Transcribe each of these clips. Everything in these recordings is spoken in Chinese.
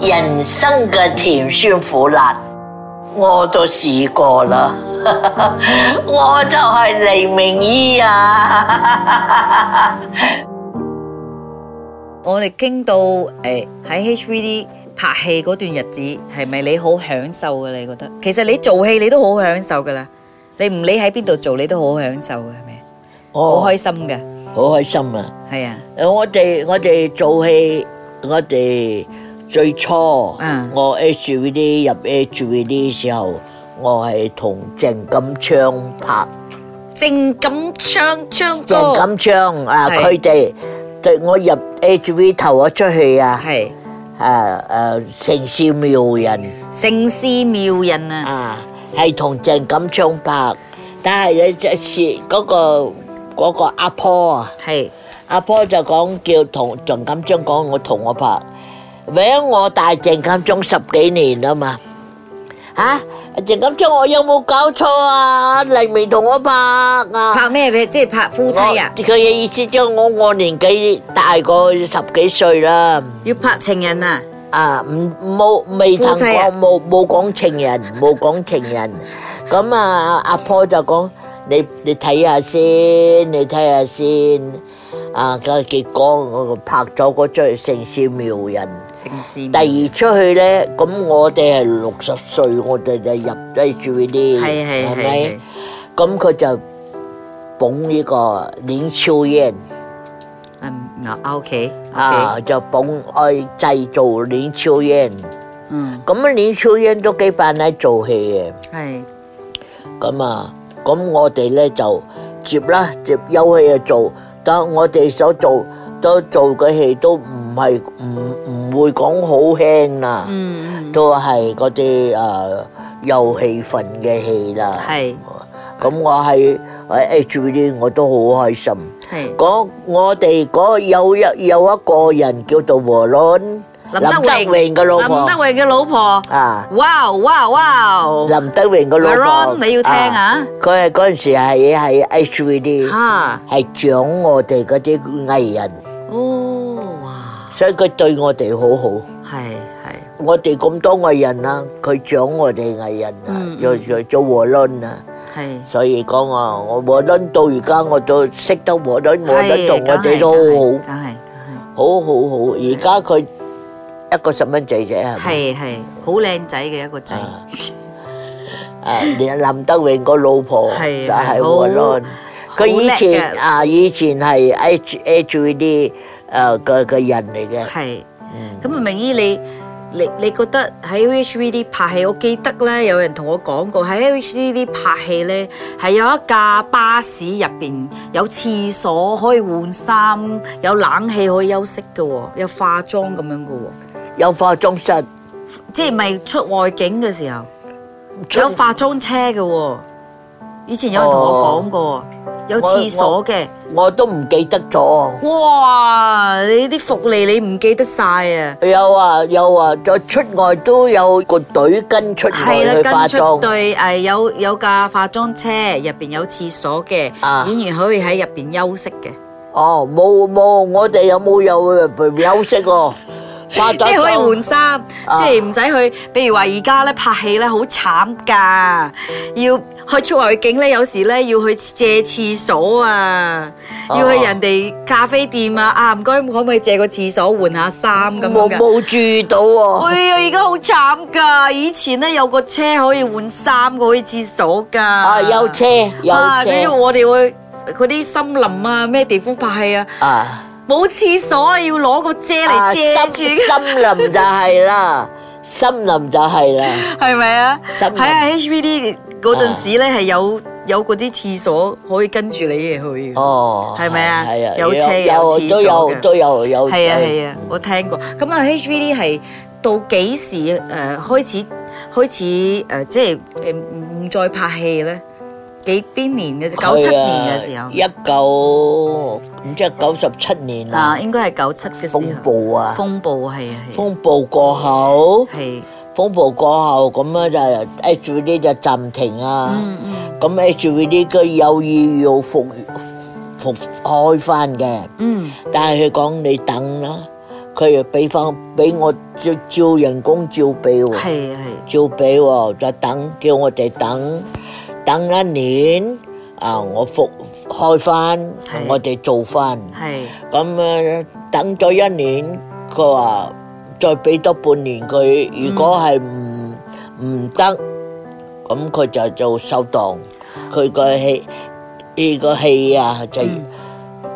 人生嘅甜酸苦辣，我都試過啦。 我就係黎明姨啊！我哋傾到誒喺 HVD 拍戲嗰段日子，係咪你好享受嘅？你覺得？其實你做戲你都好享受噶啦，你唔理喺邊度做，你都好享受嘅，係咪？好開心嘅，好開心啊！係啊，我哋我哋做戲，我哋最初、嗯我 HVD 入 HVD 時候，我係同鄭錦昌拍。正咁唱唱鄭歌，錦昌啊，哦係佢哋對我入 HV 投咗出去啊，係誒誒城市妙人盛世妙人啊！啊，係同鄭錦昌拍，但係有隻是嗰個嗰個阿婆啊，係阿婆就講叫同鄭錦昌講我同我拍，為我大鄭錦昌十幾年啊嘛，嚇鄭錦昌我有冇搞錯啊？黎明同我拍啊！拍咩嘅？即係拍夫妻啊我？佢嘅意思即係我我年紀大過十幾歲啦，要拍情人啊？啊唔冇未夫曾妻啊講冇冇講情人，冇講情人。咁啊阿婆就講你你睇下先，你睇下先。啊咁結果我拍咗嗰出《城市妙人》。盛世第妙人二出去咧，咁我哋係六十歲，我哋就入低住啲，係係係係咪？咁佢就捧呢個林超燕嗯嗱，OK，OK，啊，就捧去製造林超燕。嗯，咁林超燕都幾扮喺做戲嘅。係咁啊，咁我哋咧就接啦，接休戲啊做，但我哋所做都做嘅戲都唔係唔唔會講好輕啦，都係嗰啲誒有氣氛嘅戲啦。係咁我喺喺 HVD 我都好開心。係。嗰我哋嗰有一有一個人叫做和倫，林林德榮林德榮嘅老婆林德榮嘅老婆，啊，哇哇哇林德榮嘅老婆。 ，Ron 你要聽 À, 啊，佢係嗰陣時係喺 HVD 吓，係獎我哋嗰啲藝人，哦，哇，所以佢對我哋好好。係係，我哋咁多藝人啦，佢獎我哋藝人啊，做做做和倫啊，係所以講啊，我和倫到而家我都識得和倫，和倫係同我哋都梗係好梗係梗好好好。而家佢一個細蚊仔啫，係係咪？係係好靚仔嘅一個仔，啊啊，連林德榮個老婆係就係係好和倫。佢以好前叻嘅啊，以前係 H H V D à, 誒嘅嘅人嚟嘅。係，咁啊明姨你。你你覺得喺 HVD 拍戲，我記得咧有人同我講過喺 HVD 拍戲咧係有一架巴士入邊有廁所可以換衫，有冷氣可以休息嘅喎，有化妝咁樣嘅喎。有化妝室，即係咪出外景嘅時候出有化妝車嘅喎？以前有人同我講過，有廁所嘅。我都唔記得咗。哇！你啲福利你唔記得晒啊！有啊有啊，再出外都有個隊跟出外係啦，去化跟出妝。隊誒有有架化妝車，入邊有廁所嘅，啊演員可以喺入邊休息嘅，哦，冇冇，我哋有冇有呃休息喎？化即妝係可以換妝衫，啊即係唔使去。譬如話而家咧拍戲咧好慘㗎，要去出外景咧，有時咧要去借廁所啊，哦要去人哋咖啡店啊，啊唔該可唔可以借個廁所換下衫咁冇樣㗎？冇注意到喎。哎呀，而家好慘㗎！以前咧有個車可以換衫嘅，可以廁所㗎。啊，啊有車有啊，跟住車我哋會嗰啲森林啊，咩地方拍戲啊，啊。冇廁所啊，要攞個遮 À, 嚟遮住㗎。啊 森森林就係啦，森林就係啦。係咪啊？森林喺啊 HVD 嗰陣時咧，係有有嗰啲廁所可以跟住你嘅去。哦，係咪啊係啊，有車有廁都所有嘅都有有。係啊係啊，我聽過。咁啊 HVD 係到幾時誒、呃、開始開始誒、呃即係誒唔唔再拍戲咧？幾邊年嘅啫？九七 à. 年嘅時候啊一九唔知九十七年啦，啊，應該係九七嘅時候。風暴啊，風暴係啊係啊風暴過後，係風暴過後咁樣就 H V 就暫停啊，嗯咁 H V 佢有意要復復開翻嘅，嗯但係佢講你等啦，佢又俾翻俾我照照人工照俾喎。係啊係，照俾喎，就等叫我哋等等一年啊，我復開翻係，我哋做翻，係咁啊等咗一年，佢話再俾多半年佢，如果係唔嗯唔得，咁佢就做收檔，佢個戲呢個戲啊就嗯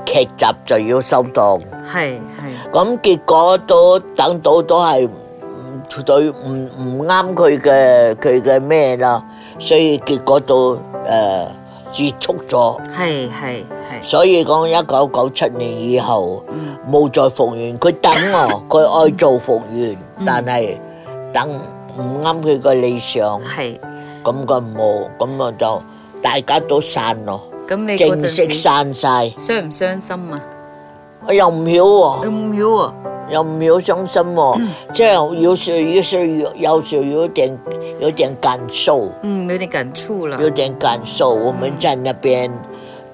劇集就要收檔。係係咁結果都等到都係唔對唔唔啱佢嘅佢嘅咩啦，所以結果到誒、呃結束咗。係係係所以講一九九七年以後冇再復原，佢等我，佢愛做復原，但係等唔啱佢嘅理想，係。咁佢冇，咁我就大家都散咯，咁你嗰正陣式時散晒。傷唔傷心啊？我又唔曉喎、咁要啊？又唔要傷心喎、 即係有時有時有有時有點有點感受，嗯，有點感觸了。有點感受。我們在那邊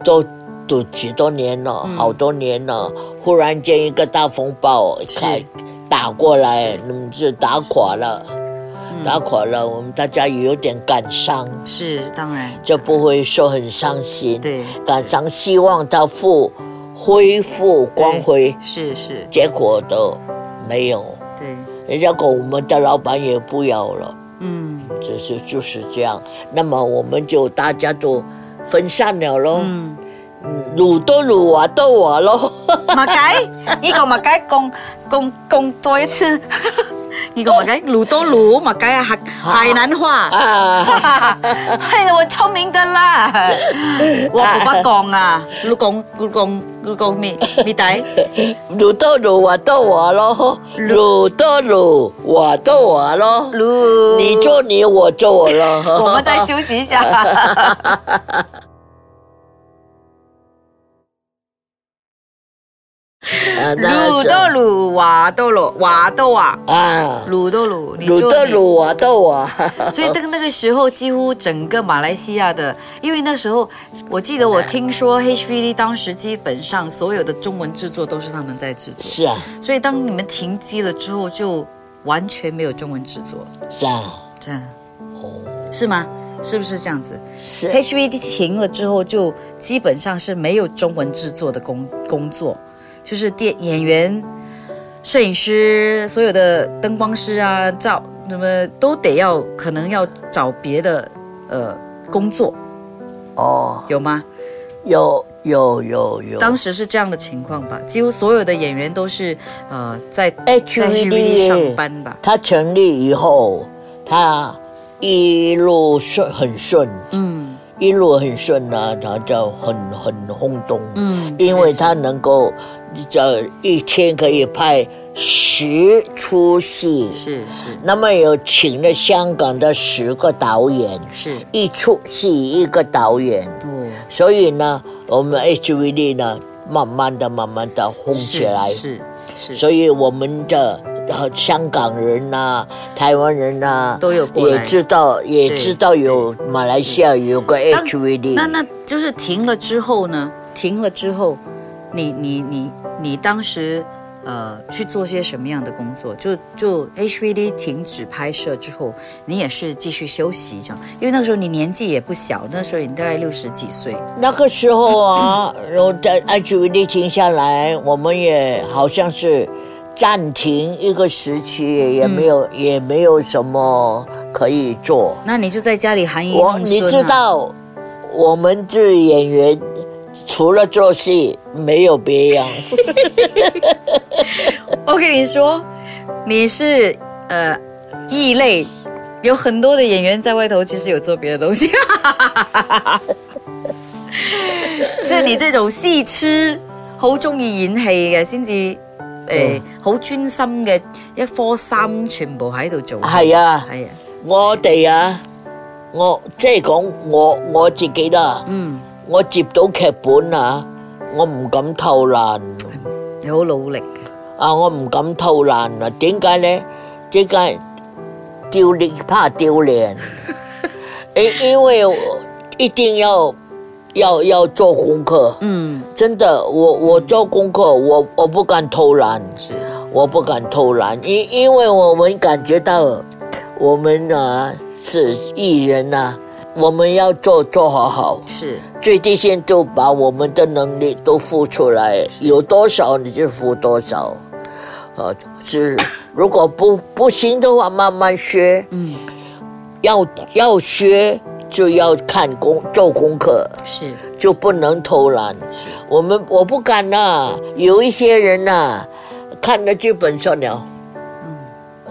都都幾多年了，嗯好多年了，忽然間一個大風暴是開打過來，那麼就打垮了，嗯打垮了，我們大家也有點感傷，是，當然就不會說很傷心，對感傷，希望它復恢復光輝，是是，結果都沒有。對，人家狗我们的老板也不要了，嗯只是就是这样。那么我们就大家就分散了咯，嗯，嗯擄都擄我都我咯， 麥計呢個麥計共共共多一次， 呢個麥計滷多滷麥計啊，海海南話，啊， 係我聰明的啦，我唔識講啊，你講你講你講咩咩底？擄都擄我都我咯，擄都擄我都我咯，滷你做你，我做我 咯。 我们再休息一下。啊滷多滷，話多滷，話多話，啊，滷多滷，你擄做都你擄我都我，所以那个那个时候，几乎整个马来西亚的，因为那时候我记得我听说 HVD 当时基本上所有的中文制作都是他们在制作，是啊，所以当你们停机了之后，就完全没有中文制作，是啊，这样哦，是吗？是不是这样子是啊？HVD 停了之后，就基本上是没有中文制作的工工作，就是电演员、摄影师、所有的灯光师啊、照什么都得要，可能要找别的呃工作，哦，有吗？有有有有。当时是这样的情况吧，几乎所有的演员都是呃在在 HVD HVD 上班吧，他成立以后，他一路顺很顺，嗯一路很顺啊，他就很很轰动，嗯因为他能够这一天可以拍十出戏，是是那么有请了香港的十个导演，是一出戏一个导演，哦，所以呢，我们 HVD 呢，慢慢的、慢慢的红起是来。是是所以我们的呃香港人呐、台湾人呐、都有过来也知道，也知道有马来西亚有个当 HVD，那那就是停了之后呢？停了之后，你你你你当时呃去做些什么样的工作？就就 HVD 停止拍摄之后，你也是继续休息这样，因为那个时候你年纪也不小，那时候你大概六十几岁，那个时候 啊，然后在 HVD 停下来，我们也好像是暂停一个时期，也没嗯有、也没有什么可以做。那你就在家里含饴弄孙、我啊、你知道，我们这演员除了做戏没有别样。我跟你说，你是呃异类，有很多的演员在外头其实有做别的东西， 是你这种戏痴，好中意演戲嘅先至。嗯誒好專心嘅一科三，全部喺度做。係啊係啊，我哋啊，我即系讲我我自己啦，嗯，我接到劇本啊，我唔敢偷懶你好努力嘅，啊，我唔敢偷懶啊，點解咧？點解丢脸怕丢脸？ 因因為我一定要要要做功課，嗯，真的，我我做功課，我我不敢偷懶。是，啊我不敢偷懒，因因为我们感觉到我们啊是艺人呐、啊我们要做做好好，是最低限度把我们的能力都付出来，有多少你就付多少。呃，是如果不不行的话，慢慢学。嗯，要要学就要看功做功课，是就不能偷懒。是，我们我不敢呐、有一些人呐、看了剧本算了，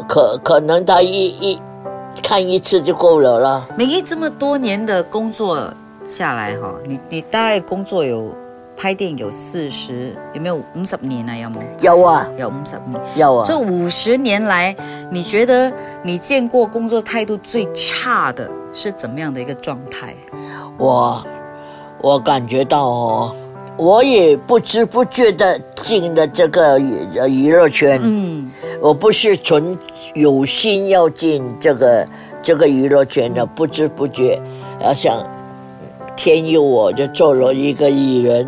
可可能他一一看一次就够了啦。美一这么多年的工作下来哈，你你大概工作有拍电影有四十，有没有五十年啊？有冇？要啊，有五十年。要啊，这五十年来，你觉得你见过工作态度最差的是怎么样的一个状态？我我感觉到哦，我也不知不觉的进了这个娱呃娱乐圈。嗯，我不是纯有心要进这个这个娱乐圈的，不知不觉，啊，想天佑我就做了一个艺人。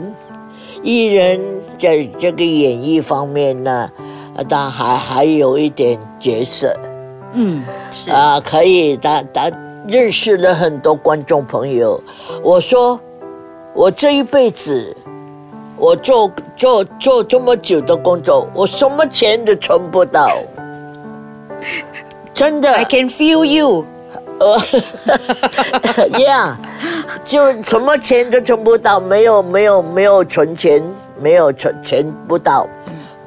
艺人在这个演艺方面呢，啊，他还还有一点角色嗯，是啊，可以，他他认识了很多观众朋友。我说，我这一辈子。我做做做这么久的工作，我什么钱都存不到，真的。 I can feel you。 yeah，就什么钱都存不到，没有没有没有存钱，没有存钱不到，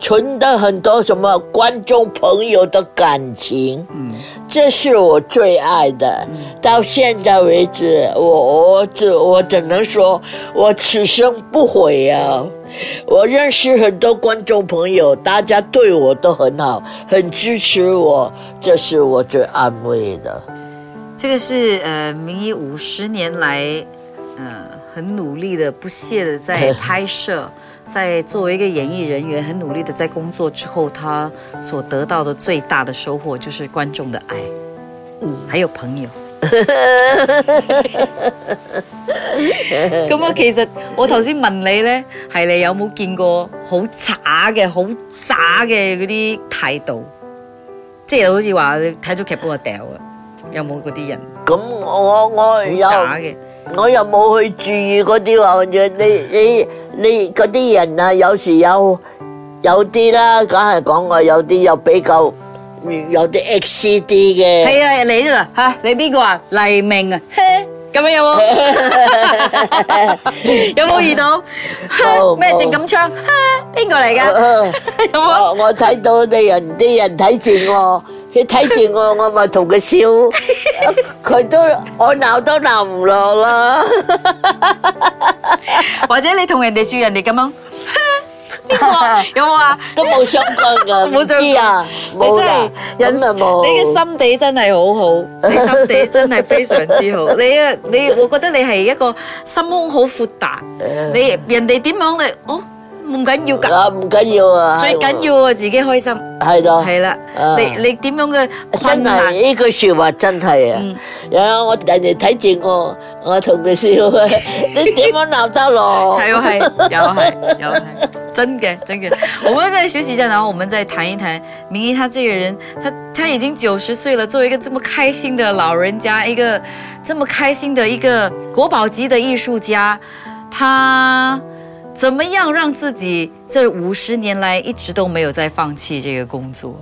存的很多什么观众朋友的感情，这是我最爱的。到现在为止，我我只我只能说，我此生不悔啊。我认识很多观众朋友，大家对我都很好，很支持我，这是我最安慰的。这个是呃，明一五十年来，呃，很努力的、不懈的在拍摄，在作为一个演艺人员，很努力的在工作之后，他所得到的最大的收获就是观众的爱，嗯，还有朋友。咁啊，其實我頭先問你呢，係你有冇見過好渣嘅、好渣嘅嗰啲態度？即係好似話你睇咗劇本就掉啊，有冇嗰啲人？咁我我有渣啊嘅，我又冇去注意嗰啲話，你你你嗰啲人啊，有時有有啲啦，梗係講我有啲又比較有啲 X 啲嘅，係啊，你呢度吓，你邊個啊？黎明啊，嘿咁樣有冇？有冇遇到？冇嘿咩鄭錦昌？嘿邊個嚟 㗎？呃有冇？ 我我睇到啲人啲人睇住我，佢睇住 我，我咪同佢笑，佢都我鬧都鬧唔落啦。或者你同人哋笑人哋咁樣？嘿邊個啊？有冇啊？都冇相干噶， 冇唔相干知啊，冇啦，你真係咁啊冇。你嘅心地真係好好，你心地真係非常之好。你啊，你我覺得你係一個心胸好闊達。你人哋點講你，哦唔緊要㗎，啊唔緊要啊，最緊要啊自己開心。係咯，係啦，啊你你點樣嘅困真難係呢句説話真係啊！有我人哋睇住我，我同佢笑，啊你點樣鬧得落？还有还有还有还，真的真的。我们在学习一下，然后我们再谈一谈明一他这个人，他他已经九十岁了，作为一个这么开心的老人家，一个这么开心的一个国宝级的艺术家，他怎么样让自己这五十年来一直都没有再放弃这个工作？